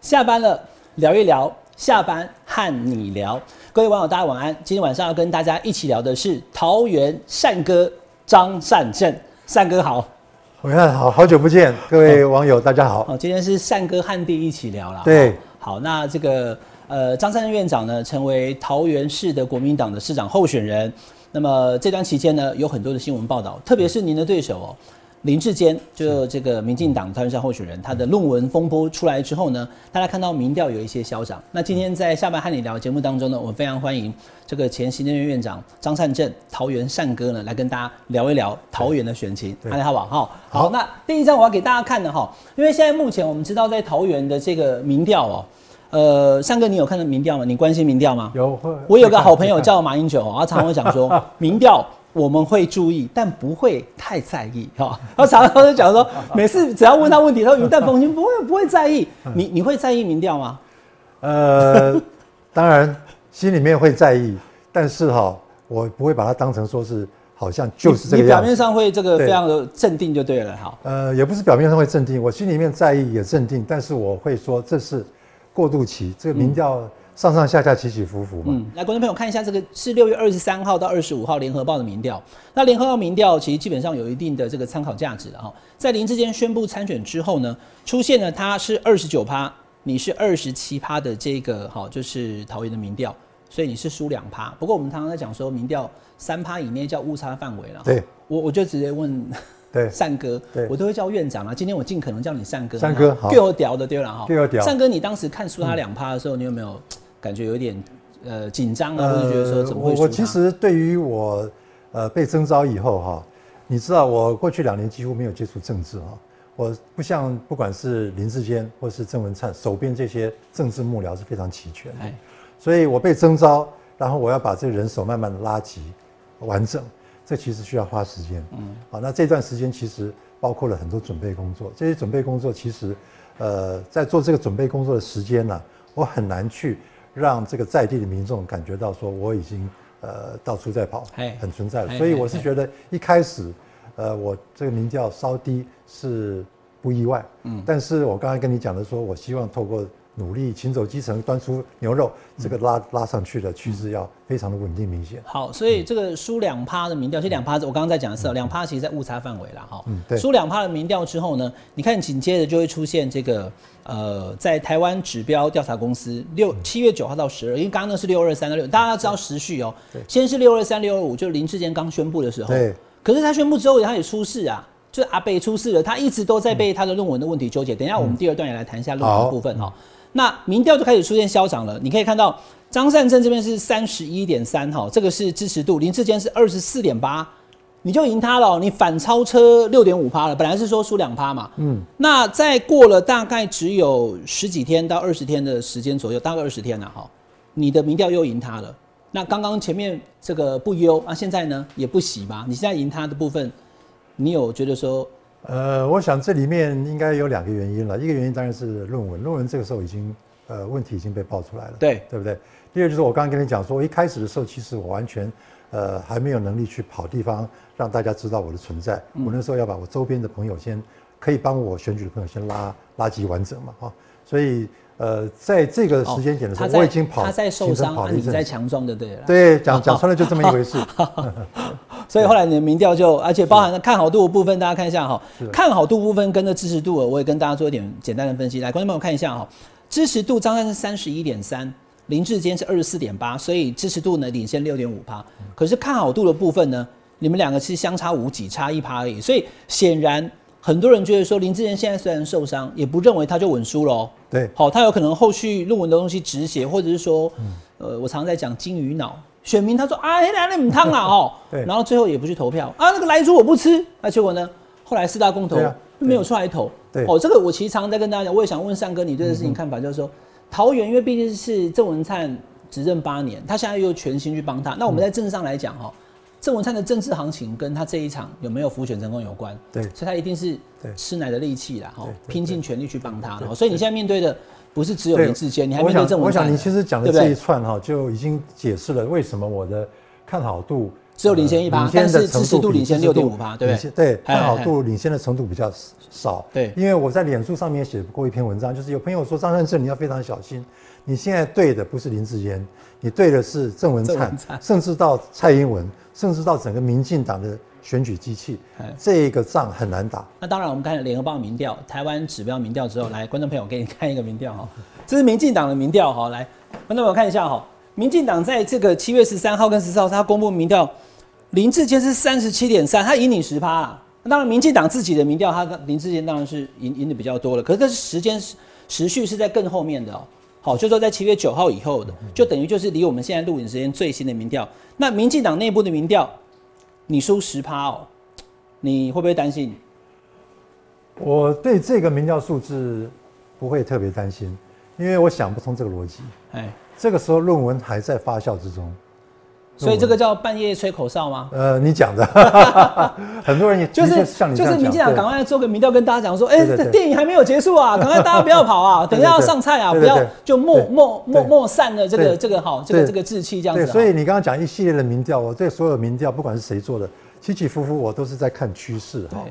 下班了，聊一聊，下班和你聊。各位网友，大家晚安。今天晚上要跟大家一起聊的是桃园善哥张善政，善哥好。我看好好久嗯不见，各位网友，大家好。哦，今天是善哥和弟一起聊啦。对好，那这个呃，张善政院长呢，成为桃园市的国民党的市长候选人。那么这段期间呢，有很多的新闻报道，特别是您的对手哦，林志坚，就这个民进党桃园市候选人，他的论文风波出来之后呢，大家看到民调有一些消长。那今天在下班和你聊节目当中呢，我们非常欢迎这个前行政院院长张善政，桃园善哥呢，来跟大家聊一聊桃园的选情，大家好不好？哈好，好那第一张我要给大家看的哈，因为现在目前我们知道在桃园的这个民调哦，呃，善哥你有看到民调吗？你关心民调吗？有我有个好朋友叫马英九哦，他常常会讲说，民调我们会注意，但不会太在意哈。他常常就讲说，每次只要问他问题，他云淡风轻，不会不会在意。你你会在意民调吗？ 呃，当然心里面会在意，但是哈，我不会把它当成说是好像就是这你个你表样面子。上会这个对非常的镇定就对了，好。呃，也不是表面上会镇定，我心里面在意也镇定，但是我会说这是过渡期，这个民调上上下下起起伏伏嘛。嗯，来，观众朋友看一下，这个是六月二十三号到二十五号联合报的民调。那联合报民调其实基本上有一定的这个参考价值了哈、在林志坚宣布参选之后呢，出现了他是二十九趴，你是二十七趴的这个好、就是桃园的民调，所以你是输两趴。不过我们常常在讲说，民调三趴以内叫误差范围了。对，我我就直接问对 善哥对，我都会叫院长啊。今天我尽可能叫你善哥，啊善哥好给我屌的对了哈。叫我屌嗯善哥，你当时看输他两趴的时候，你有没有感觉有点呃紧张啊，或者觉得说怎么会呃我输他？我其实对于我呃被征召以后哈、你知道我过去两年几乎没有接触政治哈、我不像不管是林志坚或是郑文灿手边这些政治幕僚是非常齐全的，哎，所以我被征召，然后我要把这个人手慢慢地拉齐、完整，这其实需要花时间。嗯，好，那这段时间其实包括了很多准备工作，这些准备工作其实，呃，在做这个准备工作的时间呢、我很难去让这个在地的民众感觉到说我已经呃到处在跑哎，很存在了。哎所以哎我是哎觉得一开始，呃，我这个民调稍低是不意外，嗯，但是我刚才跟你讲的说，我希望透过努力勤走基层，端出牛肉，这个拉拉上去的趋势要非常的稳定明显。好，所嗯以这个输两趴的民调，其实两趴，我刚刚在讲的是哦两趴，其实在误差范围啦，哈嗯。对输两趴的民调之后呢，你看紧接着就会出现这个呃，在台湾指标调查公司六嗯七月九号到十二，因为刚刚那是六二三到六，大家要知道时序哦。先是六二三、六二五，就是林志坚刚宣布的时候。对。可是他宣布之后，他也出事啊。就是阿贝出事了，他一直都在被他的论文的问题纠结。等一下，我嗯们第二段也来谈一下论文的好部分哈、那民调就开始出现消长了，你可以看到张善政这边是三十一点三哈，这个是支持度，林志坚是二十四点八，你就赢他了哦、你反超车六点五趴了，本来是说输两趴嘛，嗯，那再过了大概只有十几天到二十天的时间左右，大概二十天了哈、你的民调又赢他了。那刚刚前面这个不优啊，现在呢也不喜吧？你现在赢他的部分，你有觉得说呃，我想这里面应该有两个原因了，一个原因当然是论文，论文这个时候已经呃问题已经被爆出来了，对对不对？第二就是我刚刚跟你讲说，我一开始的时候其实我完全呃还没有能力去跑地方让大家知道我的存在，嗯我那时候要把我周边的朋友先可以帮我选举的朋友先拉拉集完整嘛哈、所以呃在这个时间点的时候，哦他在我已经跑他在受行程伤，跑啊了一你阵在子强壮就对了。，对，讲讲穿了就这么一回事。所以后来你的民调就，而且包含了看好度的部分，大家看一下哈、是看好度部分跟着支持度，我也跟大家做一点简单的分析。来，观众朋友看一下哈、支持度张三是三十一点三，林志坚是二十四点八，所以支持度呢领先六点五趴。嗯可是看好度的部分呢，你们两个是相差无几，差一趴而已。所以显然很多人觉得说林志坚现在虽然受伤，也不认为他就稳输了哦。对好，他有可能后续论文的东西止血，或者是说，嗯呃，我常在讲金鱼脑。选民他说啊，那那唔烫 啦哦，对然后最后也不去投票啊，那个莱猪我不吃，那结果呢？后来四大公投对啊就没有出来投。对嗯哦，这个我其实常常在跟大家讲，我也想问善哥你对这事情看法，就是说，桃园因为毕竟是郑文灿执政八年，他现在又全心去帮他，那我嗯们在政治上来讲哈，郑文灿的政治行情跟他这一场有没有浮选成功有关，对所以他一定是对吃奶的力气啦，哦哈对，对拼尽全力去帮他了。所以你现在面对的不是只有林志坚，你还我面对郑想，文我灿想呢。你其实讲的对不这对？一串哈，就已经解释了为什么我的看好度呃只有领先一趴领，先但的是程支持度比领先支持六点五趴，对领不先对？对，哎看好哎度领先的程度比较少。对因为我在脸书上面写过一篇文章，就是有朋友说张善政你要非常小心，你现在对的不是林志坚，你对的是郑文郑文灿灿，甚至到蔡英文，甚至到整个民进党的选举机器哎，这个仗很难打。那当然，我们看联合报民调、台湾指标民调之后，来，观众朋友给你看一个民调哈，这是民进党的民调哈，来，观众朋友看一下哈，民进党在这个七月十三号跟十四号，他公布民调，林志坚是三十七点三，他赢你十趴啦。那当然，民进党自己的民调，他跟林志坚当然是赢赢的比较多了，可是这是时间是时序是在更后面的哦、好，就说在七月九号以后的，就等于就是离我们现在录影时间最新的民调。那民进党内部的民调，你输十趴哦，你会不会担心？我对这个民调数字不会特别担心，因为我想不通这个逻辑。哎，这个时候论文还在发酵之中。所以这个叫半夜吹口哨吗？呃，你讲的， 很多人也就的确是像你这就样是讲，民进党对赶快做个民调跟大家讲说，哎，对对这对电影还没有结束 啊，赶快大家不要跑啊，对对等对一下要上菜啊，对不对对要就默对默默对默散了这个对这个好这个对这个志气这样子对，啊。所以你刚刚讲一系列的民调，我对所有民调，不管是谁做的，起起伏伏，我都是在看趋势哈。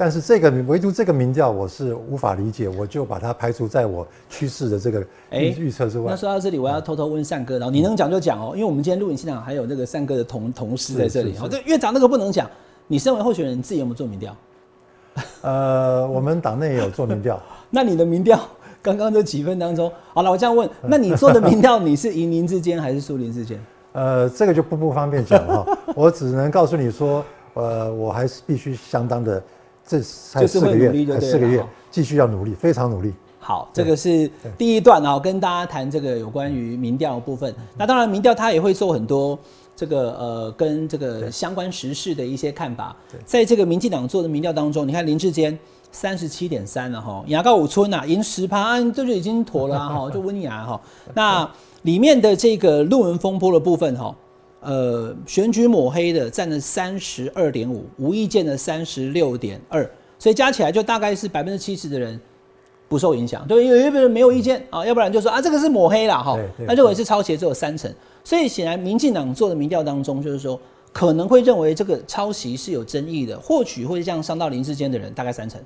但是这个唯独这个民调，我是无法理解，我就把它排除在我趋势的这个哎预预测之外那。说到这里，我要偷偷问善哥了，然后你能讲就讲哦，因为我们今天录影现场还有那个善哥的同同事在这里是是哦。这院长那个不能讲，你身为候选人，你自己有没有做民 调？呃，我们党内有做民调，那你的民调刚刚这几份当中，好了，我这样 问，那你做的民调你是赢林志坚还是输林志坚？呃，这个就不不方便讲了哈， 我只能告诉你说，呃，我还是必须相当的，这才就是四会个努力就月，还对四个了月哈，继续要努力，非常努力。好，这个是第一段啊，我跟大家谈这个有关于民调的部分。那当然，民调它也会做很多这个呃跟这个相关时事的一些看法。在这个民进党做的民调当中，你看林志坚三十七点三了哈，牙膏五村呐、啊、赢十趴，啊这就已经妥了啊哈、就温雅哈。那里面的这个论文风波的部分哈、呃，选举抹黑的占了三十二点五，无意见的三十六点二，所以加起来就大概是百分之七十的人不受影响，对，有一部分人没有意见啊，要不然就说啊这个是抹黑啦哈对，对那认为是抄袭只有三成，所以显然民进党做的民调当中，就是说可能会认为这个抄袭是有争议的，或许会这样伤到林志坚的人大概三成，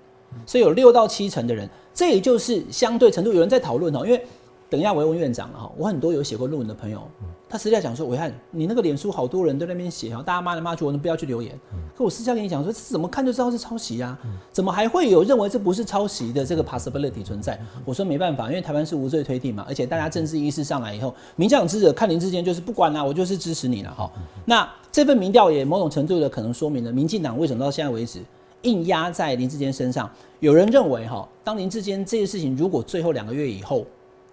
所以有六到七成的人，这也就是相对程度有人在讨论哦，因为等一下我要问院长了哈，我很多有写过论文的朋友，他私下讲说，伟汉，你那个脸书好多人都在那边写哈，大家骂来骂去，我都不要去留言。可我私下跟你讲说，这怎么看就知道是抄袭啊，怎么还会有认为这不是抄袭的这个 possibility 存在？我说没办法，因为台湾是无罪推定嘛，而且大家政治意识上来以后，民进党支持者看林志坚就是不管啦、我就是支持你了哈。那这份民调也某种程度的可能说明了民进党为什么到现在为止硬压在林志坚身上。有人认为哈，当林志坚这件事情如果最后两个月以后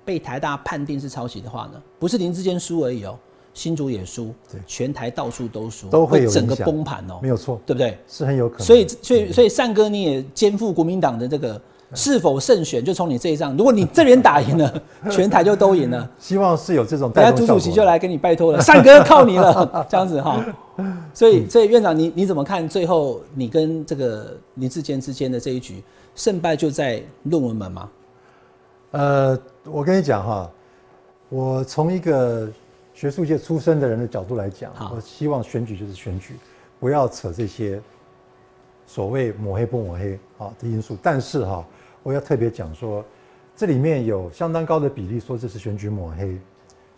被台大判定是抄袭的话呢，不是林志坚输而已哦，新竹也输，全台到处都输，都会有整影个响崩盘哦，没有错，对不对？是很有可能。嗯所以，所以，所以，善哥你也肩负国民党的这个是否胜选，就从你这一仗。如果你这边打赢 了，全台就都赢了。希望是有这种等 带下动朱效主果席就来跟你拜托了，善哥靠你 了，这样子哈。所以，嗯所以院长，你你怎么看最后你跟这个林志坚之间的这一局胜败就在论文门吗？呃，我跟你讲哈，我从一个学术界出身的人的角度来讲好，我希望选举就是选举，不要扯这些所谓抹黑不抹黑啊的因素。但是哈，我要特别讲说，这里面有相当高的比例说这是选举抹黑，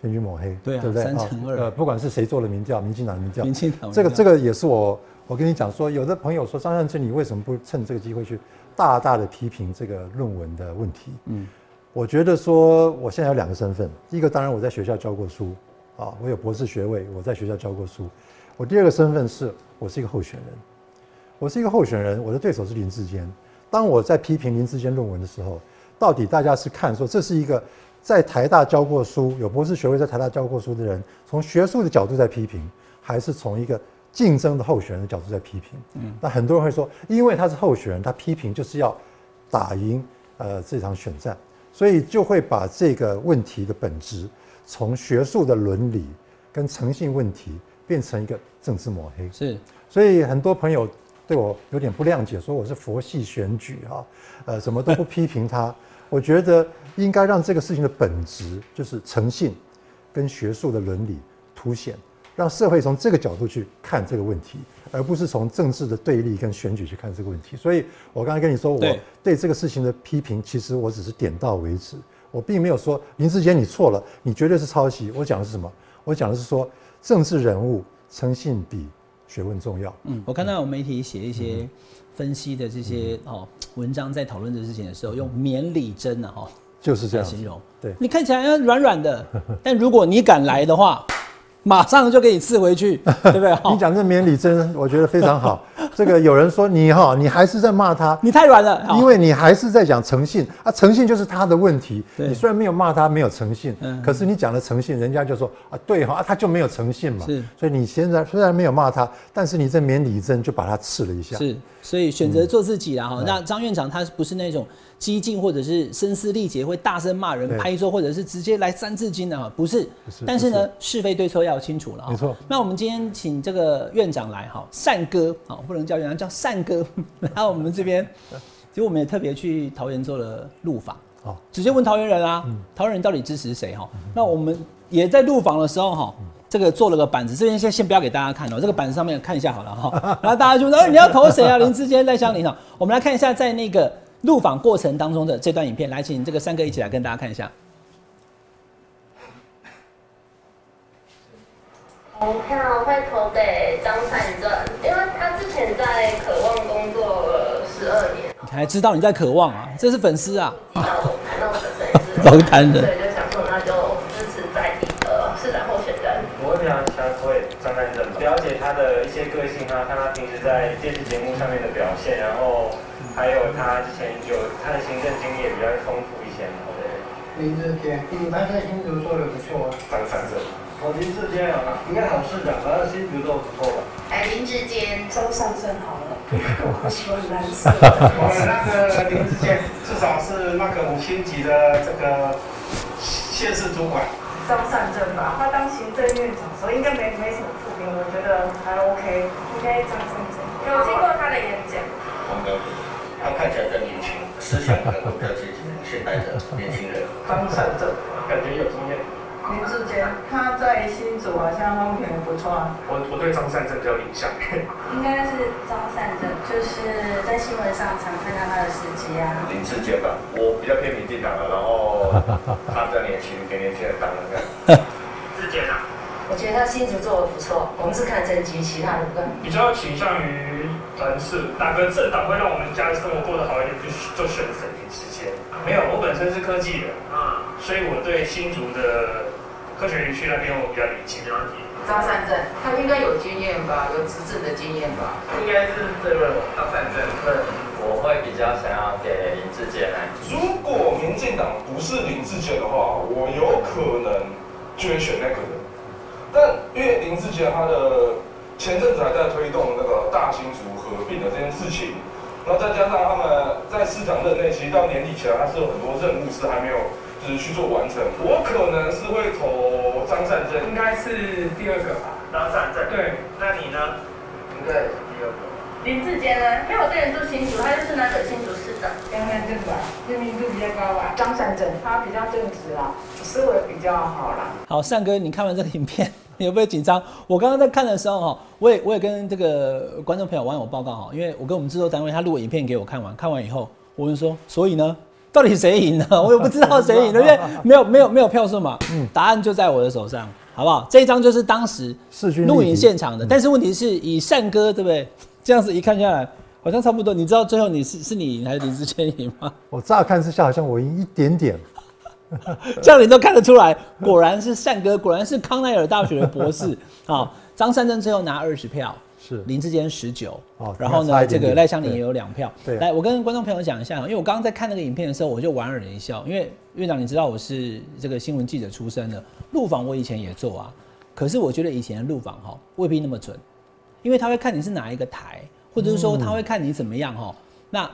选举抹黑，对啊不对？三啊乘二呃，不管是谁做了民调，民进党的民调，民进党这个这个个也是我我跟你讲说，有的朋友说张善政你为什么不趁这个机会去大大的批评这个论文的问题？嗯我觉得说，我现在有两个身份，第一个当然我在学校教过书，啊，我有博士学位，我在学校教过书。我第二个身份是我是一个候选人，我是一个候选人，我的对手是林志坚。当我在批评林志坚论文的时候，到底大家是看说这是一个在台大教过书、有博士学位在台大教过书的人，从学术的角度在批评，还是从一个竞争的候选人的角度在批评？嗯，那很多人会说，因为他是候选人，他批评就是要打赢呃这场选战，所以就会把这个问题的本质从学术的伦理跟诚信问题变成一个政治抹黑。是所以很多朋友对我有点不谅解，说我是佛系选举啊，呃，什么都不批评他。我觉得应该让这个事情的本质，就是诚信跟学术的伦理凸显，让社会从这个角度去看这个问题，而不是从政治的对立跟选举去看这个问题。所以我刚才跟你说，我对对这个事情的批评，其实我只是点到为止，我并没有说林志坚你错了，你绝对是抄袭。我讲的是什么？我讲的是说政治人物诚信比学问重要。嗯，我看到有媒体写一嗯些分析的这些哦文章，在讨论这个事情的时候，用绵里针啊哈就是嗯这来样形容。对你看起来软软 的，但如果你敢来的话，马上就给你刺回 去，对不对？哦哈你讲这绵里针，我觉得非常好。这个有人说你哈，你还是在骂他，你太软 了，哈哦因为你还是在讲诚信啊，诚信就是他的问题。对你虽然没有骂他没有诚信，嗯可是你讲了诚信，人家就说啊，对哈、啊，他就没有诚信嘛。是所以你现在虽然没有骂他，但是你这绵里针就把他刺了一下。嗯是，所以选择做自己啦哈。那张院长他不是那种激进或者是声嘶力竭会大声骂人、对拍桌，或者是直接来三字经的哈，不是不。是但是不呢，是非对错要清楚了。哈没错。那我们今天请这个院长来哈，善哥啊，不能叫院长，叫善哥。 然后我们这边，其实我们也特别去桃园做了路访。好， 直接问桃园人啊，桃园人到底支持谁哈？那我们也在入访的时候哈，这个做了个板子，这边先先不要给大家看哦，这个板子上面看一下好了哈。然后大家就说，哎、你要投谁啊？林志坚、赖香林哈。我们来看一下在那个入访过程当中的这段影片，来，请这个三哥一起来跟大家看一下。投票会投给张善政，因为他之前在渴望工作了十二年，你还知道你在渴望啊？这是粉丝啊，然后谈到本身也是老谈人所以就想说那就支持在地的市长候选人。我非常想会张善政了解他的一些个性啊，看他平时在电视节目上面的表现，然后还有他之前有他的行政经历也比较丰富一些嘛。对，林志坚，你们在新竹做的不错啊。张善政，我林志坚啊，应该好市长，好像新竹都不错吧。哎，林志坚，周上身好了， 我好喜欢蓝色的。我们那个林志坚至少是那个五星级的这个县市主管，张善政吧，他当行政院长的时候应该没没什么负评，我觉得还 OK，应该张善政。有经过他的演讲，黄高平，他看起来更年轻，思想可能比较接近现代的年轻人。张善政感觉有经验。林志坚，他在新竹好像风评不错啊。我我对张善政比较有印象。应该是张善政，就是在新闻上常看到他的事迹啊。 林志坚吧，我比较偏民进党了，然 后他比较年轻，给年轻人当了看。志坚啊，我觉得他新竹做的不错，我们是看政绩，其他的不看。比较倾向于人事，哪个政党会让我们家生活过得好一点，就就选谁。志坚，没有，我本身是科技人，嗯，所以我对新竹的科学园区那边我比较理解。了解。张善政，他应该有经验吧，有执政的经验吧。应该是这个张善政。对。我会比较想要给林志坚来。如果民进党不是林志坚的话，我有可能就会选那个人。但因为林志坚他的前阵子还在推动那个大新竹合并的这件事情，然后再加上他们在市长任内，其实到年底前还是有很多任务是还没有就是去做完成。我可能是会投张善政，应该是第二个吧。当闪在。对，那你呢？应该也是第二个。林志坚呢？因为我个人住新竹，他就是那个新竹市长。张善政吧，知名度比较高啊。张善政，他比较正直啊，思维比较好啦。好，善哥，你看完这个影片， 你有没有紧张？我刚刚在看的时候哈，我也我也跟这个观众朋友网友报告哈，因为我跟我们制作单位他录了影片给我看完，看完以后我就说，所以呢，到底谁赢呢？ 我也不知道谁赢了，因为没有没有没有票数嘛，答案就在我的手上，好不好？这一张就是当时势均力敌录影现场的，但是问题是以善哥对不对？这样子一看下来，好像差不多。你知道最后你是是你赢还是林志坚赢吗？我乍看之下好像我赢一点点，这样你都看得出来，果然是善哥，果然是康奈尔大学的博士啊。张善政最后拿二十票，是林志坚十九哦，然后差呢，一这点点个赖香林也对有两票。对来，我跟观众朋友讲一下，因为我刚刚在看那个影片的时候，我就莞尔一笑，因为院长你知道我是这个新闻记者出身的，路访我以前也做啊，可是我觉得以前的路访哈未必那么准，因为他会看你是哪一个台，或者是说他会看你怎么样哈，那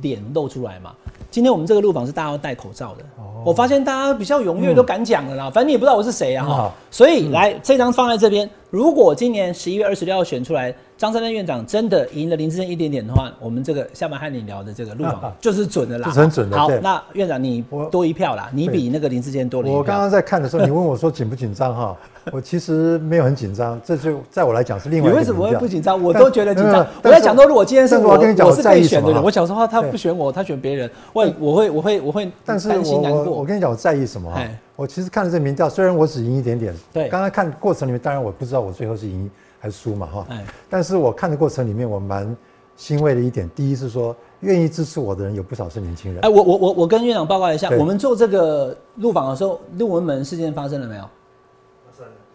脸露出来嘛。今天我们这个路访是大家要戴口罩的，哦我发现大家比较踊跃，都敢讲了啦。反正你也不知道我是谁啊嗯哈好，所以来这张放在这边，如果今年十一月二十六号选出来，张三山院长真的赢了林志坚一点点的话，我们这个下班和你聊的这个路网就是准的啦，这是很准的好对，那院长你多一票啦，你比那个林志坚多了一票。我刚刚在看的时候，你问我说紧不紧张哈？我其实没有很紧张，这就在我来讲是另外 一你个为什么会评价不紧张？我但都觉得紧没有张没有。我但在是讲说，如果今天是但是我，跟你讲，我是在被意选什的么人，哈我想说他他不对选我，他选别人，我我会我会我会但担是我心难我过我。跟你讲，我在意什么哈哎？我其实看了这民调，虽然我只赢一点点，对刚刚看过程里面，当然我不知道我最后是赢还是输嘛哈。哎，但是我看的过程里面，我蛮欣慰的一点，第一是说愿意支持我的人有不少是年轻人哎，，我我我我跟院长报告一下，对我们做这个路访的时候，陆文门事件发生了没有？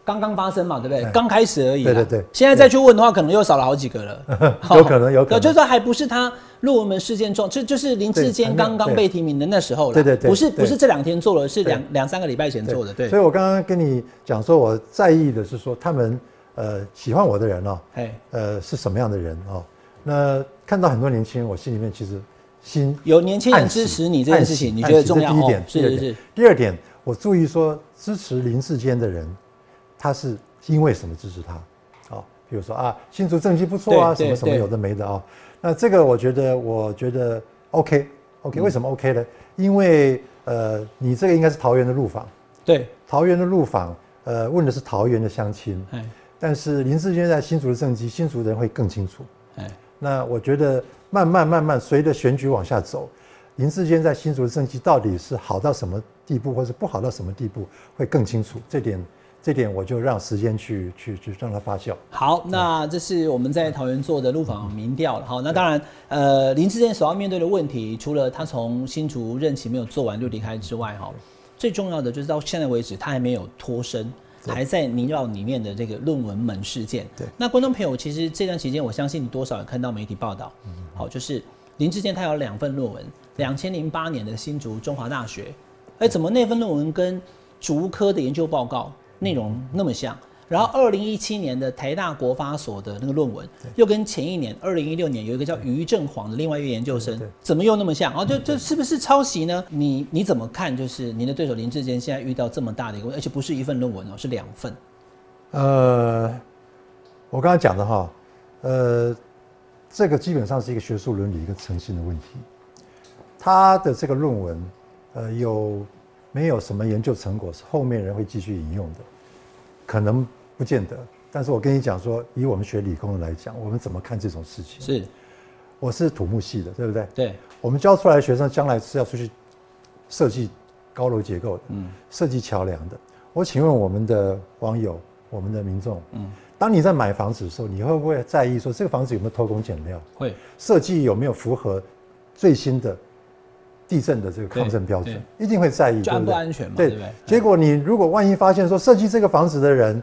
刚刚发生嘛，对不对？哎刚开始而已啦。啊对对对。现在再去问的话，可能又少了好几个了 有可能有可对能就是说还不是他陆文门事件中，就就是林志坚对还没有刚刚对被提名的那时候了。对对对不是对不是这两天做的，是对两两三个礼拜前做的。对所。以我刚刚跟你讲说，我在意的是说他们呃喜欢我的人哦，哎，呃是什么样的人哦？那看到很多年轻人，我心里面其实心有年轻人暗喜支持你这件事情，暗喜你觉得重暗要？哦，喜这第一点第二是是点是。第二点，我注意说支持林志坚的人，他是因为什么支持他？好、比如说啊，新竹政绩不错啊，对什对么什么对有的没的啊、那这个我觉得，我觉得 OK 嗯 OK，、为什么 OK 呢？因为呃，你这个应该是桃园的路访，对，桃园的路访，呃，问的是桃园的乡亲，哎但是林志坚在新竹的政绩，新竹的人会更清楚。哎，那我觉得慢慢慢慢，随着选举往下走，林志坚在新竹的政绩到底是好到什么地步，或是不好到什么地步，会更清楚。这点，这点我就让时间去去去让它发酵。好，那这是我们在桃园做的路访民调了。好，那当然，呃，林志坚所要面对的问题，除了他从新竹任期没有做完就离开之外，哈，最重要的就是到现在为止，他还没有脱身。还在泥绕里面的这个论文门事件。对那观众朋友，其实这段期间，我相信你多少也看到媒体报道，好，就是林志坚他有两份论文，两千零八年的新竹中华大学，哎，怎么那份论文跟竹科的研究报告内容那么像？然后二零一七年的台大国发所的那个论文，又跟前一年二零一六年有一个叫于正煌的另外一个研究生对，怎么又那么像？啊，就这是不是抄袭呢？你你怎么看？就是您的对手林志坚现在遇到这么大的一个问题，而且不是一份论文哦，是两份。呃，我刚刚讲的哈，呃，这个基本上是一个学术伦理一个诚信的问题。他的这个论文，呃，有没有什么研究成果是后面人会继续引用的？可能不见得。但是我跟你讲说，以我们学理工的来讲，我们怎么看这种事情？是，我是土木系的，对不对？对，我们教出来的学生将来是要出去设计高楼结构的，设计桥梁的。我请问我们的网友，我们的民众，嗯当你在买房子的时候，你会不会在意说这个房子有没有偷工减料，会设计有没有符合最新的地震的这个抗震标准？一定会在意，就对安不不嗯对？安全嘛，对嗯对不对？结果你如果万一发现说设计这个房子的人，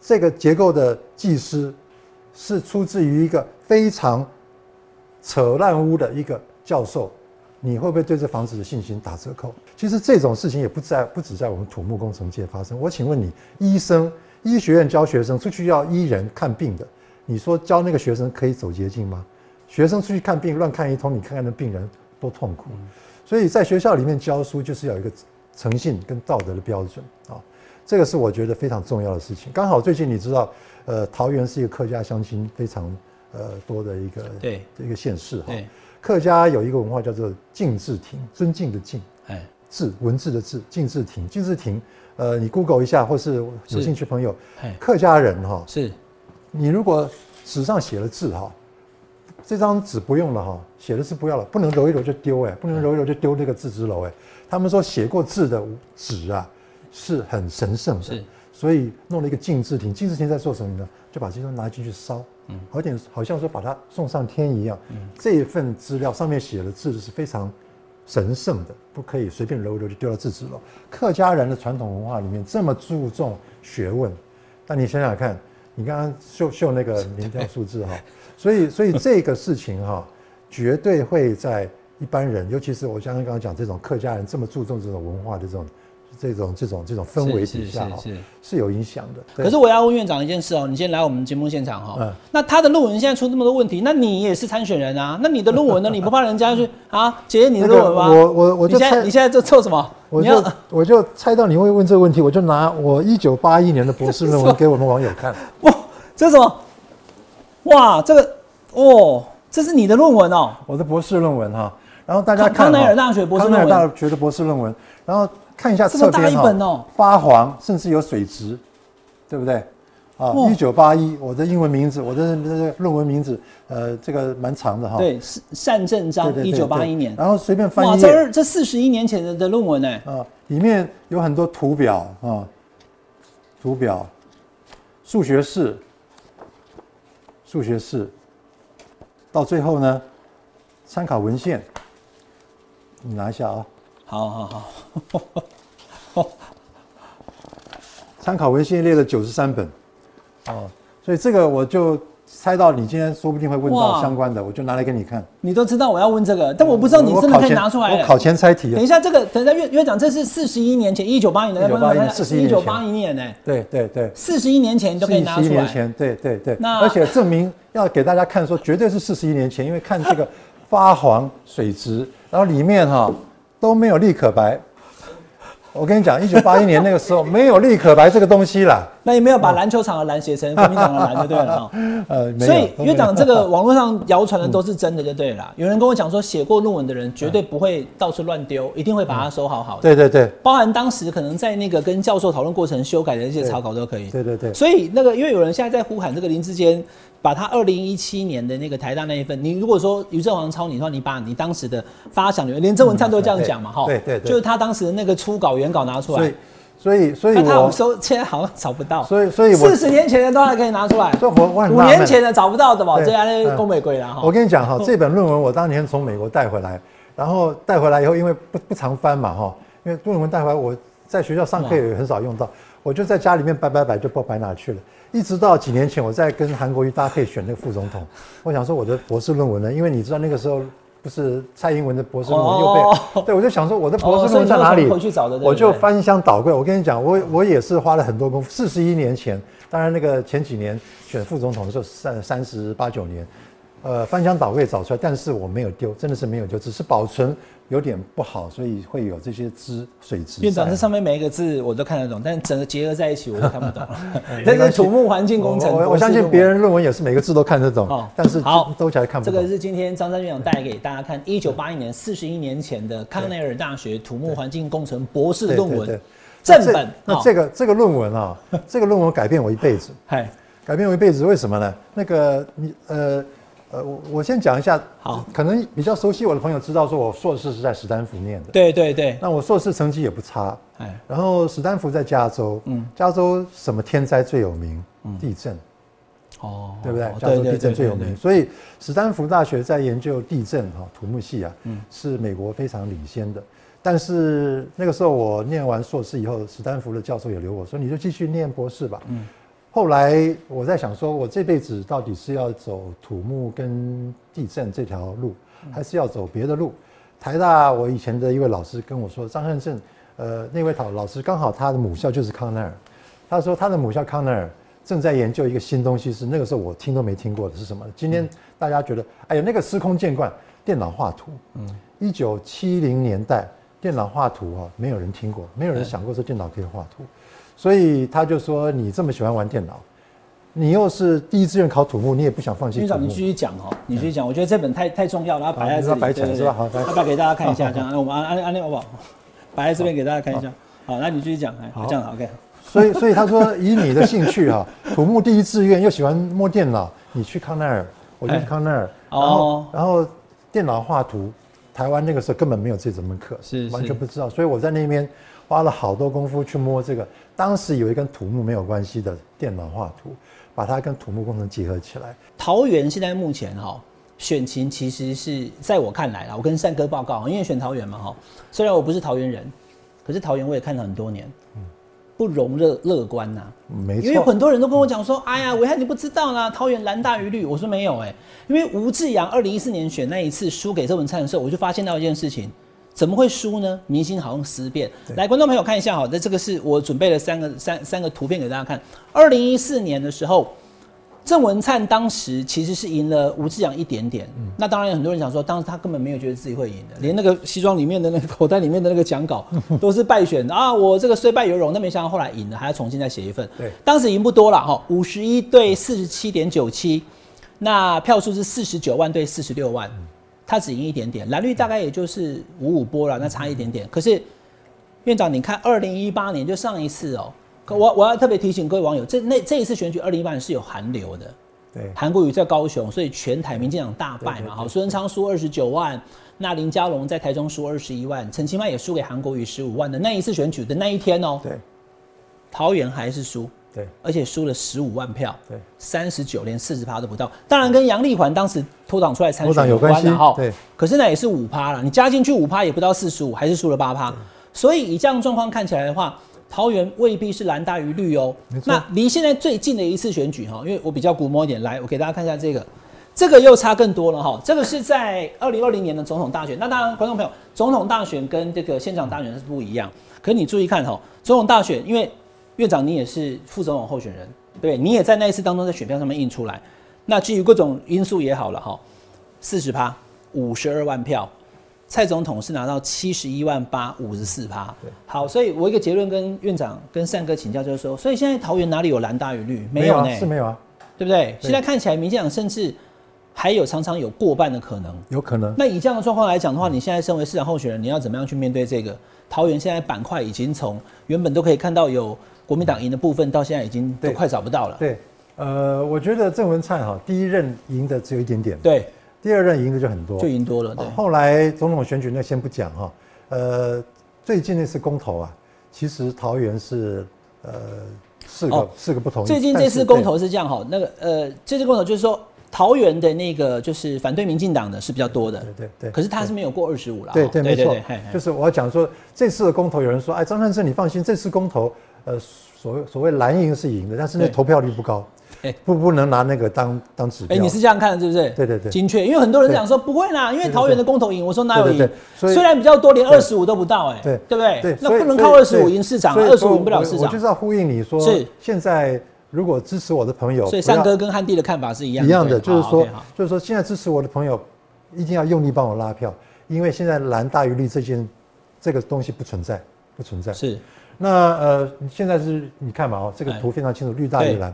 这个结构的技师是出自于一个非常扯烂屋的一个教授，你会不会对这房子的信心打折扣？其实这种事情也不在不只在我们土木工程界发生。我请问你，医生医学院教学生出去要医人看病的，你说教那个学生可以走捷径吗？学生出去看病乱看一通，你看看那病人多痛嗯苦。所以在学校里面教书就是要有一个诚信跟道德的标准啊、这个是我觉得非常重要的事情。刚好最近你知道，呃，桃园是一个客家乡亲非常呃多的一个对一个县市哈、对，客家有一个文化叫做敬字亭，尊敬的敬，哎，字文字的字，敬字亭，敬字亭。呃，你 Google 一下，或是有是兴趣朋友哎嘿，客家人哈、是你如果纸上写了字哈、这张纸不用了哈、写的字不要了，不能揉一揉就丢哎，不能揉一揉就丢那个字之楼哎。他们说写过字的纸啊是很神圣的是，所以弄了一个禁字亭。禁字亭在做什么呢？就把这东西拿进去烧，嗯好点好像说把它送上天一样。这一份资料上面写的字是非常神圣的，不可以随便揉一揉就丢到字纸楼。客家人的传统文化里面这么注重学问，但你想想看，你刚刚秀秀那个民调数 字哈，所以所以这个事情哈、绝对会在一般人，尤其是我刚刚刚讲这种客家人这么注重这种文化的这种这种这种这种 氛围底下哈、是是是是是有影响的。对可是我要问院长一件事哦，你今天来我们节目现场哈、哦嗯那他的论文现在出这么多问题，那你也是参选 人啊，那你的论文呢？你不怕人家去啊检验你的论文吗？那个我我我就你现在参你现在在做什么？我你要就 我就猜到你会问这个问题，我就拿我一九八一年的博士论这是什么文给我们网友看。哇，这是什么？哇，这个哦，这是你的论文哦。 我的博士论文哈，然后大家康看康奈哈尔大学博士康奈尔论文大学的博士论文，然后看一下这么侧大边一本哦发黄甚至有水质，对不对？啊，哦一九八一，我的英文名字，我的这个论文名字，呃，这个蛮长的哈。对，是单正章对，对一对九八一对年。然后随便翻哇，一这页二这四十一年前的的论文呢？啊，里面有很多图表啊，图表，数学式，数学式，到最后呢，参考文献，你拿一下啊、好好好，参考文献列了九十三本，哦，所以这个我就猜到你今天说不定会问哇到相关的，我就拿来给你看。你都知道我要问这个，但我不知道你真的考可以前拿出来嗯我考了。前猜题等啊一。下，这个等一下院院长，这是四十一年前，一九八一年， 1981一年41年九前八一年呢，对对对，四十一年前你都可以拿一出年来。前，对对对，那而且证明要给大家看说，绝对是四十一年前，因为看这个发黄水质，然后里面哈、都没有立可白。我跟你讲，一九八一年那个时候没有立可白这个东西啦，那也没有把篮球场的篮写成国民党的篮就对 了哈。呃，没有所以都没有院长，这个网络上谣传的都是真的就对了啦。有人跟我讲说，写过论文的人绝对不会到处乱丢，一定会把它收好好的。嗯对对对包含当时可能在那个跟教授讨论过程修改的一些草稿都可以。对对对，所以那个，因为有人现在在呼喊这个林志坚，把他二零一七年的那个台大那一份，你如果说于正煌抄你的话，你把你当时的发想留言，连郑文灿都这样讲嘛，哈、对对对就是他当时的那个初稿原稿拿出所来以，所以所以那他我有时候现在好像找不到，所以所以我四十年前的都还可以拿出来，这我我很五纳闷年前的找不到的吧，对嗯这样那东北鬼了哈。我跟你讲哈，这本论文我当年从美国带回来，然后带回来以后，因为不不常翻嘛哈，因为论文带回来我在学校上课也很少用到，我就在家里面摆摆摆就不知道摆哪去了。一直到几年前，我在跟韩国瑜搭配选那个副总统，我想说我的博士论文呢，因为你知道那个时候不是蔡英文的博士论文又被，哦对我就想说我的哦博士所以你论文在都哪从里？回去找的对不我就对翻箱倒柜。我跟你讲，我我也是花了很多功夫。四十一年前，当然那个前几年选副总统的时候，三三十八九年，呃，翻箱倒柜找出来，但是我没有丢，真的是没有丢，只是保存有点不好，所以会有这些汁水质在。院长，这上面每一个字我都看得懂，但整个结合在一起我都看不 懂。哎 没这关是系土木环境工程，我我我博士相信论文别人论文也是每个字都看得懂，哦但是好都起来看不这懂。个是今天张三院长带给大家看，一九八一年，四十一年前的康奈尔大学土木环境工程博士的论对对文对正本。那这那哦这个这个论文啊，这个论文改变我一辈子。嗨，改变我一辈子，为什么呢？那个你呃呃，我我先讲一下，好，可能比较熟悉我的朋友知道，说我硕士是在史丹福念的，对对对，那我硕士成绩也不差，哎，然后史丹福在加州，嗯，加州什么天灾最有名？地震，哦，对不对嗯哦？加州地震最有。对对对名，对所以史丹福大学在研究地震哈土木系啊，嗯是美国非常领先的。但是那个时候我念完硕士以后，史丹福的教授也留我说你就继续念博士吧。后来我在想说，我这辈子到底是要走土木跟地震这条路，还是要走别的路？台大我以前的一位老师跟我说，张汉正，呃，那位老老师刚好他的母校就是康奈尔，他说他的母校康奈尔正在研究一个新东西是，那个时候我听都没听过的是什么？今天大家觉得，哎呀，那个司空见惯，电脑画图，嗯，一九七零年代电脑画图啊，没有人听过，没有人想过说电脑可以画图，所以他就说你这么喜欢玩电脑，你又是第一志愿考土木，你也不想放弃院土长，你木继。续讲哦，你继续讲。我觉得这本太太重要了，它摆在好这里，对你把它摆起来对是吧好对摆要不要给大家看一 下？这样，那我们按按按那好不好？摆在这边给大家看一下。好，那你继续讲，哎，这样 OK。所以，所以他说，以你的兴趣哈、 土木第一志愿又喜欢摸电脑，你去康奈尔，我就去康奈尔，哎然后、哦然后电脑画图，台湾那个时候根本没有这门课，是完是全不知道，所以我在那边花了好多功夫去摸这个。当时有一跟土木没有关系的电脑画图，把它跟土木工程结合起来，桃园现在目前哈、选情其实是在我看来啦，我跟善哥报告，因为选桃园嘛哈、虽然我不是桃园人，可是桃园我也看了很多年，不容乐乐观呐、没因为错很。多人都跟我讲说，哎呀，伟汉你不知道啦，桃园蓝大于绿。我说没有哎、因为吴志阳二零一四年选那一次输给郑文灿的时候，我就发现到一件事情。怎么会输呢？明星好像思变。来，观众朋友看一下哈，那这个是我准备了三个三三个图片给大家看。二零一四年的时候，郑文灿当时其实是赢了吴志阳一点点，那当然有很多人想说，当时他根本没有觉得自己会赢的，连那个西装里面的那个口袋里面的那个讲稿都是败选的啊，我这个虽败犹荣，那没想到后来赢了，还要重新再写一份。对当时赢不多了哈，五十一对四十七点九七，那票数是四十九万对四十六万，他只赢一点点，蓝绿嗯大概也就是五五波了，那差一点点，可是。院长，你看，二零一八年就上一次哦，可嗯我我要特别提醒各位网友，这那这一次选举，二零一八年是有寒流的，对，韩国瑜在高雄，所以全台民进党大败嗯对对对嘛。好，苏贞昌输二十九万，那林佳龙在台中输二十一万，陈其迈也输给韩国瑜十五万的那一次选举的那一天哦，对桃园还是输，对而且输了十五万票，对，三十九连四十趴都不到。当然跟杨丽环当时脱党出来参脱党选有关系啦齁对可是那也是五趴了，你加进去五趴也不到四十五，还是输了八趴。所以以这样状况看起来的话，桃园未必是蓝大于绿哦没。错那离现在最近的一次选举哈，因为我比较古摸一点，来我给大家看一下这个。这个又差更多了哈，这个是在二零二零年的总统大选。那当然，观众朋友，总统大选跟这个县长大选是不一样。可你注意看哈，总统大选，因为院长你也是副总统候选人，对，你也在那一次当中在选票上面印出来。那基于各种因素也好了哈，四十趴，五十二万票，蔡总统是拿到七十一万八，五十四趴。好，所以我一个结论跟院长跟善哥请教，就是说，所以现在桃园哪里有蓝大于绿？没有呢、啊，是没有啊，对不对？现在看起来，民进党甚至还有常常有过半的可能。有可能。那以这样的状况来讲的话，你现在身为市长候选人，你要怎么样去面对这个？桃园现在板块已经从原本都可以看到有国民党赢的部分，到现在已经都对快找不到了。对，呃，我觉得郑文灿哈，第一任赢的只有一点点，对，第二任赢的就很多，哦就赢多了。对，后来总统选举那先不讲哈，呃，最近那次公投啊，其实桃园是呃四个、哦四个不同意。最近但这是次公投是这样哈，那个呃，这次公投就是说桃园的那个就是反对民进党的是比较多的，对对对可是他是没有过二十五了哈。对对没错对嘿，嘿就是我要讲说这次的公投，有人说哎张善政你放心，这次公投呃所谓所谓蓝营是赢的，但是那对投票率不高对，不不能拿那个当当指哎、标。你是这样看的，对不对？对对对精确，因为很多人讲说不会啦，因为桃园的公投赢，我说哪有对赢？对对所以虽然比较多，连二十五都不到、哎，对对不对？那所以不能所以靠二十五对赢市长，所以二十说五赢不了我市我长就。是要呼应你说，是现在如果支持我的朋友，所以不要三哥跟汉弟的看法是一样一样的，就是说，好就是说，现在支持我的朋友一定要用力帮我拉票，因为现在蓝大于绿这件这个东西不存在，不存在。 ，OK，好是哎那呃，现在是你看嘛哦，这个图非常清楚，绿大于蓝。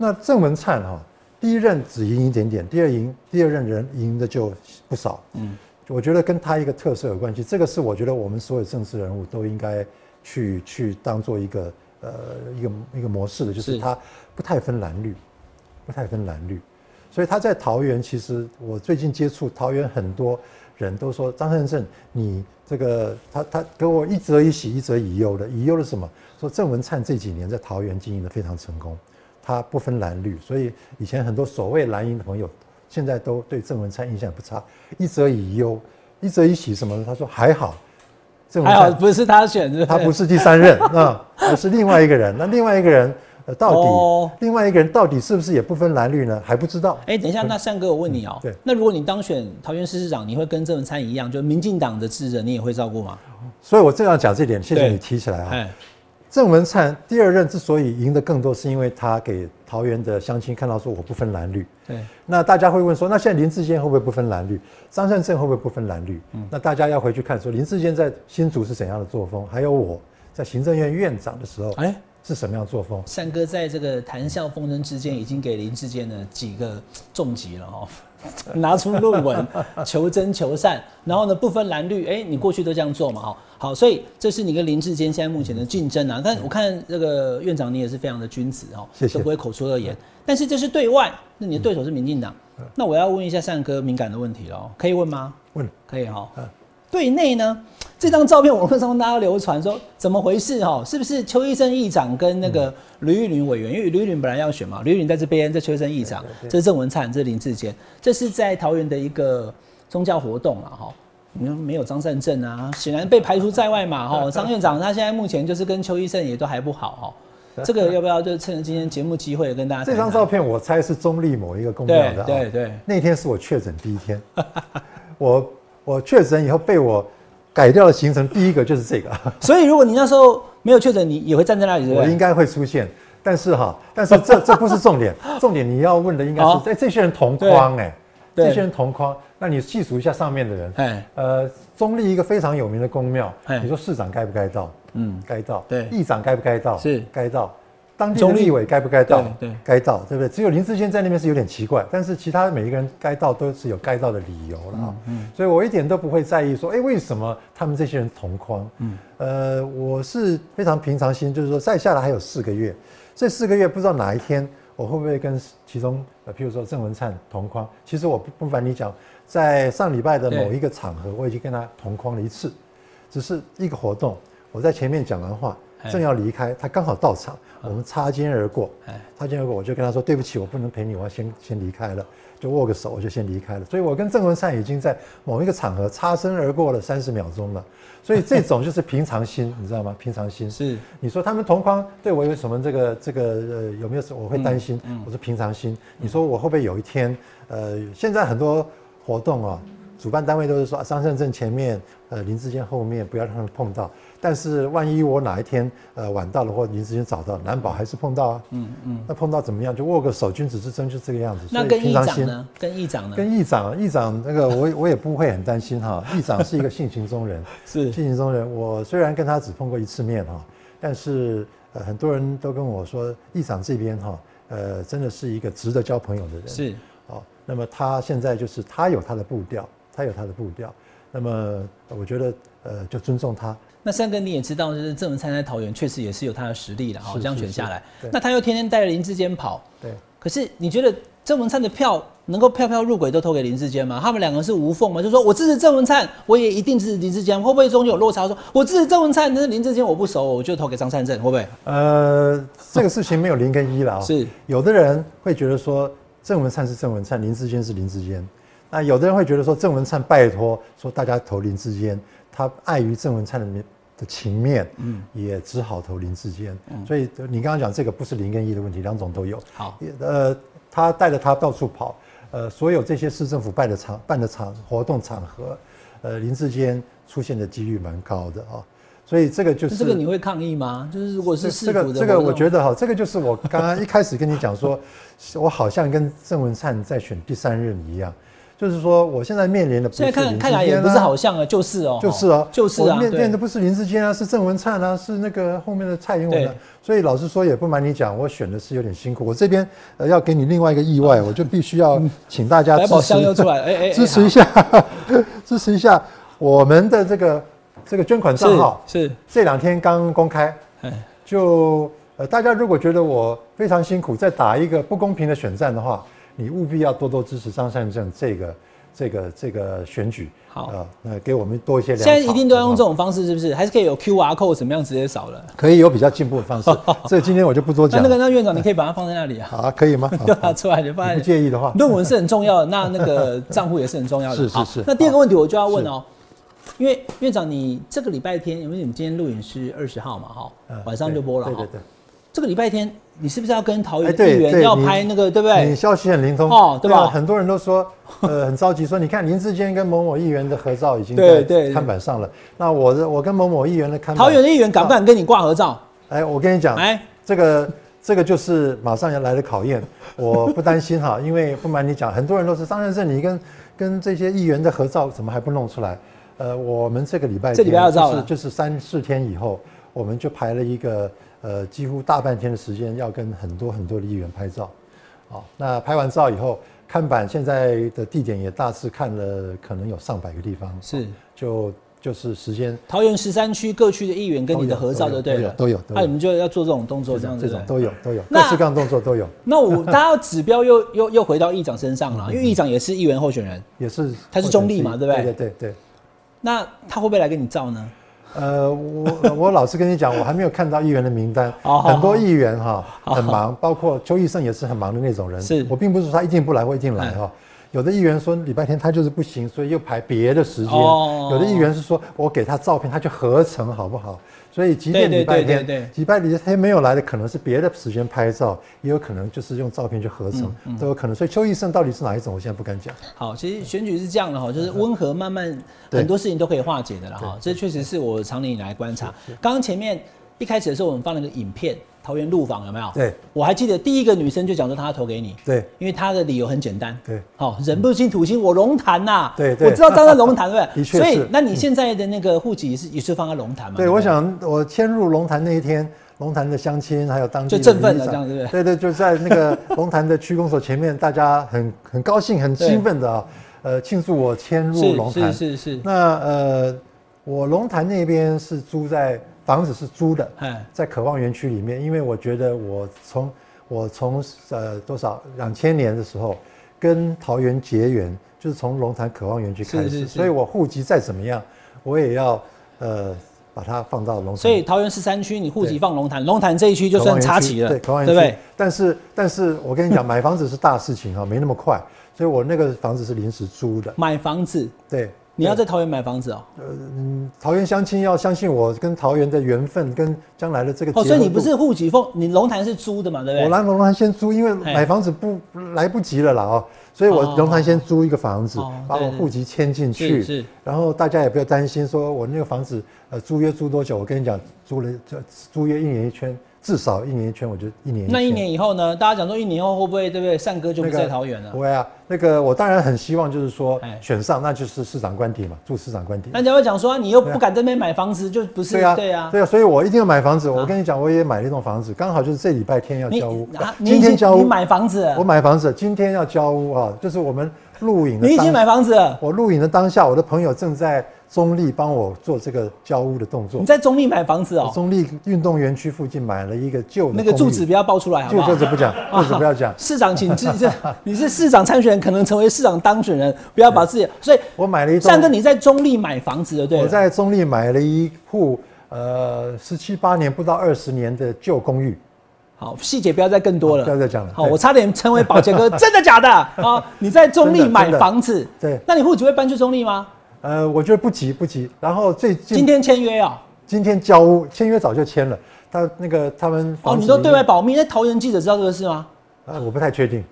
那郑文灿哈、第一任只赢一点点，第二赢第二任人赢的就不少。嗯嗯，我觉得跟他一个特色有关系，这个是我觉得我们所有政治人物都应该去去当做一个呃一个一个模式的，就是是他不太分蓝绿，不太分蓝绿。所以他在桃园，其实我最近接触桃园很多人都说张善政，你这个他他给我一则以喜，一则以忧的。以忧的是什么？说郑文灿这几年在桃园经营的非常成功，他不分蓝绿，所以以前很多所谓蓝营的朋友，现在都对郑文灿印象不差。一则以忧，一则以喜什么呢？他说还好，郑文还好灿不是他选的，他不是是第三任啊，而是另外一个人。那另外一个人，呃，到底、哦另外一个人到底是不是也不分蓝绿呢？还不知道。哎、等一下，那善哥，我问你哦、嗯对那如果你当选桃园市市长，你会跟郑文灿一样，就民进党的智人，你也会照顾吗？所以我正要讲这点，谢谢对你提起来啊。哎，郑文灿第二任之所以赢得更多，是因为他给桃园的乡亲看到说我不分蓝绿。对，那大家会问说，那现在林志坚会不会不分蓝绿？张善政会不会不分蓝绿？嗯那大家要回去看说林志坚在新竹是怎样的作风，还有我在行政院院长的时候，哎哎，是什么样的作风？善哥在这个谈笑风生之间，已经给林志坚的几个重击了 哦，拿出论文求真求善，然后呢不分蓝绿，哎、你过去都这样做嘛，哈，哦好，所以这是你跟林志坚现在目前的竞争啊。但我看这个院长你也是非常的君子哦，嗯谢谢都不会口出恶言。但是这是对外，那你的对手是民进党，嗯那我要问一下善哥敏感的问题哦喽，可以问吗？问可以哈、嗯对内呢，这张照片网络上大家流传说怎么回事哈、是不是邱医生议长跟那嗯个吕玉玲委员？因为吕玉玲本来要选嘛，吕玉玲在这边，这邱医生议长，这是郑文灿，这是林志坚，这是在桃园的一个宗教活动啊哈、你说没有张善政啊，显然被排除在外嘛 哈、张院长他现在目前就是跟邱医生也都还不好哈、这个要不要就趁着今天节目机会跟大家这张谈照谈片我猜是中立某一个公庙的、啊。对对对那天是我确诊第一天，我我确诊以后被我改掉的行程第一个就是这个，所以如果你那时候没有确诊，你也会站在那里，对不我对应该会出现。但是哈，但是 这这不是重点，重点你要问的应该哦是，哎，这些人同框哎，对这些人同框，那你细数一下上面的人，哎，呃，中立一个非常有名的公庙哎，你说市长该不该到？嗯，该到，对议长该不该到？是该到，当地的中立立委该不该到？对对该到，对不对？只有林志坚在那边是有点奇怪，但是其他每一个人该到都是有该到的理由了嗯啊。所以我一点都不会在意说，哎，为什么他们这些人同框？嗯，呃，我是非常平常心，就是说再下来还有四个月，这四个月不知道哪一天我会不会跟其中，呃，譬如说郑文灿同框。其实我不不瞒你讲，在上礼拜的某一个场合，我已经跟他同框了一次。只是一个活动，我在前面讲完话哎，啊正要离开，他刚好到场，我们擦肩而过哎，擦肩而过，我就跟他说对不起，我不能陪你，我要先先离开了，就握个手，我就先离开了。所以我跟郑文灿已经在某一个场合擦身而过了三十秒钟了，所以这种就是平常心，你知道吗？平常心是你说他们同框对我有什么这个这个呃有没有什我会担嗯心？我说平常心。你说我会不会有一天呃现在很多活动啊、主办单位都是说啊张善政前面，呃林志坚后面，不要让他们碰到。但是万一我哪一天呃晚到了或林志坚早到，难保还是碰到啊。嗯嗯。那碰到怎么样？就握个手，君子之争就这个样子。那所以跟平议常长心呢？跟议长呢？跟议长，议长那个我我也不会很担心哈。议长是一个性情中人，是性情中人。我虽然跟他只碰过一次面哈，但是呃很多人都跟我说，议长这边哈，呃真的是一个值得交朋友的人。是哦，那么他现在就是他有他的步调，他有他的步调。那么我觉得呃就尊重他，那三哥你也知道，就是郑文灿在桃园确实也是有他的实力了哈，是这样选是下来是对，那他又天天带着林志坚跑，对。可是你觉得郑文灿的票能够票票入轨都投给林志坚吗？他们两个是无缝吗？就说我支持郑文灿，我也一定支持林志坚，会不会中间有落差？说我支持郑文灿，但是林志坚我不熟，我就投给张善政，会不会？呃，这个事情没有零跟一了啊、是有的人会觉得说郑文灿是郑文灿，林志坚是林志坚。那有的人会觉得说郑文灿拜托说大家投林志坚，他碍于郑文灿的面的情面，嗯，也只好投林志坚。嗯所以你刚刚讲这个不是零跟一的问题，两种都有。好，也呃，他带着他到处跑，呃，所有这些市政府办的场办的场活动场合，呃，林志坚出现的几率蛮高的啊、所以这个就那是这个你会抗议吗？就是如果是市这府个的这个，我觉得得哈，这个就是我刚刚一开始跟你 讲说，我好像跟郑文灿在选第三任一样，就是说我现在面临的不是现在林志坚、看看啊、起来也不是好像啊，就是哦，就是啊，就是我啊，面面的对，不是林志坚啊，是郑文灿啊，是那个后面的蔡英文啊对。所以老实说，也不瞒你讲，我选的是有点辛苦。我这边呃要给你另外一个意外，我就必须要请大家嗯百支宝持箱又 出来了，哎哎哎，支持一下， 支持一下我们的这个这个捐款账号好，。是是，这两天刚公开，哎，就呃，大家如果觉得我非常辛苦，在打一个不公平的选战的话，你务必要多多支持张善政这个这个这个选举。好呃，那给我们多一些现粮在草一定都要用这。好种不好方式，是不是？还是可以有 QR code 怎么样直接扫了？可以有比较进步的 方式，这今天我就不多那讲那个了。那院长，你可以把它放在那里啊，好啊，可以吗？ 就好拿出来，你放你在不介意的话，论文是很重要的，那那 个账户也是很重要的。是是好是那第二个问题我就要问哦，因为院长，你这个礼拜天，因为你们今天录影是二十号嘛，哈、嗯晚上就播了哈、对对对。这个礼拜天，你是不是要跟桃园哎的对议员对要你拍那个，对不你对？消息很灵通哦对吧啊很多人都说，呃，很着急说，你看林志坚跟某某议员的合照已经对在对看板上了。那我的我跟某某议员的看板，桃园的议员敢不敢跟你挂合照？哎，我跟你讲，哎，这个这个就是马上要来的 考验，我不担心哈，因为不瞒你讲，很多人都是张先生，你跟跟这些议员的合照怎么还不弄出来？呃，我们这个礼拜天这礼拜要照就是了就是三四天以后，我们就排了一个呃几乎大半天的时间，要跟很多很多的议员拍照。好，那拍完照以后，看板现在的地点也大致看了，可能有上百个地方，是就就是时间桃园十三区各区的议员跟你的合照就对了，都有都有都有啊那、你们就要做这种动作，这样子。这种都有都有，各那式各样的动作都有，那我大家指标又又又回到议长身上嗯了，因为议长也是议员候选人，也是他是中立嘛或对者不对对对对对。那他会不会来跟你照呢？呃，我 我老实跟你讲，我还没有看到议员的名单，哦很多议员哈好很忙，包括邱医生也是很忙的那种人。是嗯我并不是说他一定不来或一定来哈。有的议员说礼拜天他就是不行，所以又排别的时间。哦有的议员是说我给他照片，他就合成好不好？所以即便对对礼拜对对对天，礼拜天没有来的，可能是别的时间拍照，也有可能就是用照片去合成，嗯都有可能。所以邱医生到底是哪一种，我现在不敢讲。好，其实选举是这样的哈，就是温和慢慢，对很多事情都可以化解的了哈。这确实是我常年以来观察。刚刚前面一开始的时候，我们放了个影片，桃园路访有没有？对，我还记得第一个女生就讲说她要投给你，对，因为她的理由很简单，对，好、人不清土清，我龙潭呐、对对我知道张在龙潭对不对？ 的确所以是嗯那你现在的那个户籍是也是放在龙潭嘛？对，不我想我迁入龙潭那一天，龙潭的乡亲还有当地就振奋的了里这长样对不对对，就在那 个龙潭的区公所前面，大家很很高兴、很兴奋的啊、呃，庆祝我迁入龙是潭。是是是，那呃，我龙潭那边是租在房子是租的，哎，在渴望园区里面，因为我觉得我从我从呃多少两千年的时候跟桃园结缘，就是从龙潭渴望园区开始，是是是所以我户籍再怎么样，我也要呃把它放到龙潭。所以桃园十三区你户籍放龙潭，龙潭这一区就算插旗了，对，渴望对嗯园不区对？。但是但是我跟你讲，买房子是大事情啊，没那么快，所以我那个房子是临时租的，买房子，对。你要在桃园买房子哦、桃园相亲要相信我跟桃园的缘分，跟将来的这个哦，结所以合你不度是户籍放，你龙潭是租的嘛，对不对？我来龙潭先租，因为嘿买房子不来不及了啦哦，所以我哦龙潭先租一个房子哦，把我对对户籍迁进是去，是然后大家也不要担心说我那个房子呃租约租多久，我跟你讲租了这租约一年一圈，至少一年一圈，我就一年那一圈年以后呢？大家讲说一年后会不会对不对？善哥就不在桃园了不。会啊，那个我当然很希望就是说哎选上，那就是市长官邸嘛，住市长官邸。那人家会讲说啊你又不敢在那边买房子，就不是对啊，对啊。对啊，所以我一定要买房子。我跟你讲，我也买了一栋房子，刚好就是这礼拜天要你交屋，啊，你已今天经交屋，你买房子了，我买房子，今天要交屋啊，就是我们录影的。你已经买，房子了，我录影的当下，我的朋友正在中立帮我做这个交屋的动作你。在中立买房子哦、中立运动园区附近买了一个旧的那个公寓住址不要报出来好不旧好住？址 不讲，住址不要讲。市长，请自 这你是市长参选人，可能成为市长当选人，不要把自己。所以我买了一栋，善哥你在中立买房子的，对了我在中立买了一户呃十七八年不到二十年的旧公寓。好，细节不要再更多了，好不要再讲了好，对我差点成为保洁 哥，真的假的啊？你在中立真的买真的房子，对那你户籍会搬去中立吗？呃，我觉得不急不急。然后最近今天签约哦、今天交屋签约早就签了，他那个他们哦，房子你都对外里保密，那桃园记者知道这个事吗？面啊，我不太确定，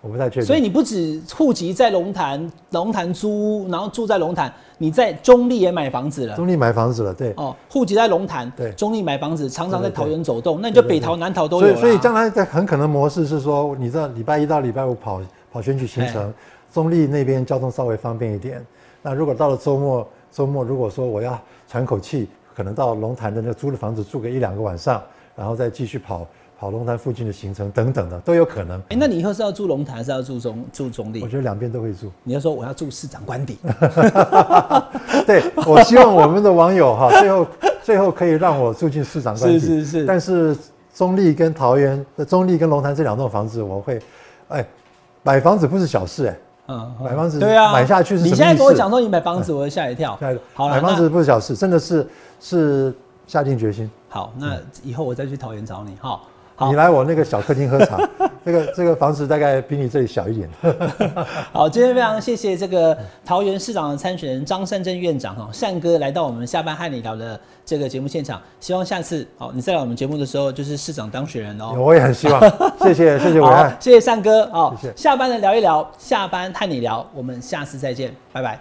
我不太确定。所以你不止户籍在龙潭，龙潭租屋，然后住在龙潭，你在中立也买房子了。中立买房子了，对。哦，户籍在龙潭，对中立买房子，常常在对对对桃园走动，那你就北桃南桃都有啊所啦以所以将来的很可能模式是说，你知道礼拜一到礼拜五跑跑选举行哎程，中立那边交通稍微方便一点。那如果到了周末，周末如果说我要喘口气，可能到龙潭的那个租的房子住个一两个晚上，然后再继续跑跑龙潭附近的行程等等的都有可能。哎、那你以后是要住龙潭，还是要住中住中立我？觉得两边都会住。你要说我要住市长官 邸，嗯对，我希望我们的网友 哈，最后最后可以让我住进市长官邸。是是是但是中立跟桃园、呃中立跟龙潭这两栋房子，我会，哎，买房子不是小事哎、嗯，买房子对啊，买下去是什么你现在跟我意思讲说你买房子，我会吓一跳亲爱的。好了，买房那子不是小事，真的是是下定决心。好，那以后我再去桃园找你哈。好嗯你，来我那个小客厅喝 茶，这个这个房子大概比你这里小一点。好，今天非常谢谢这个桃园市长的参选人张善政院长哈，善哥来到我们下班和你聊的这个节目现场，希望下次哦你再来我们节目的时候就是市长当选人哦。我也很希望，谢谢谢谢伟好啊汉，。谢谢善哥哦，谢谢下班了聊一聊，下班和你聊，我们下次再见，拜拜。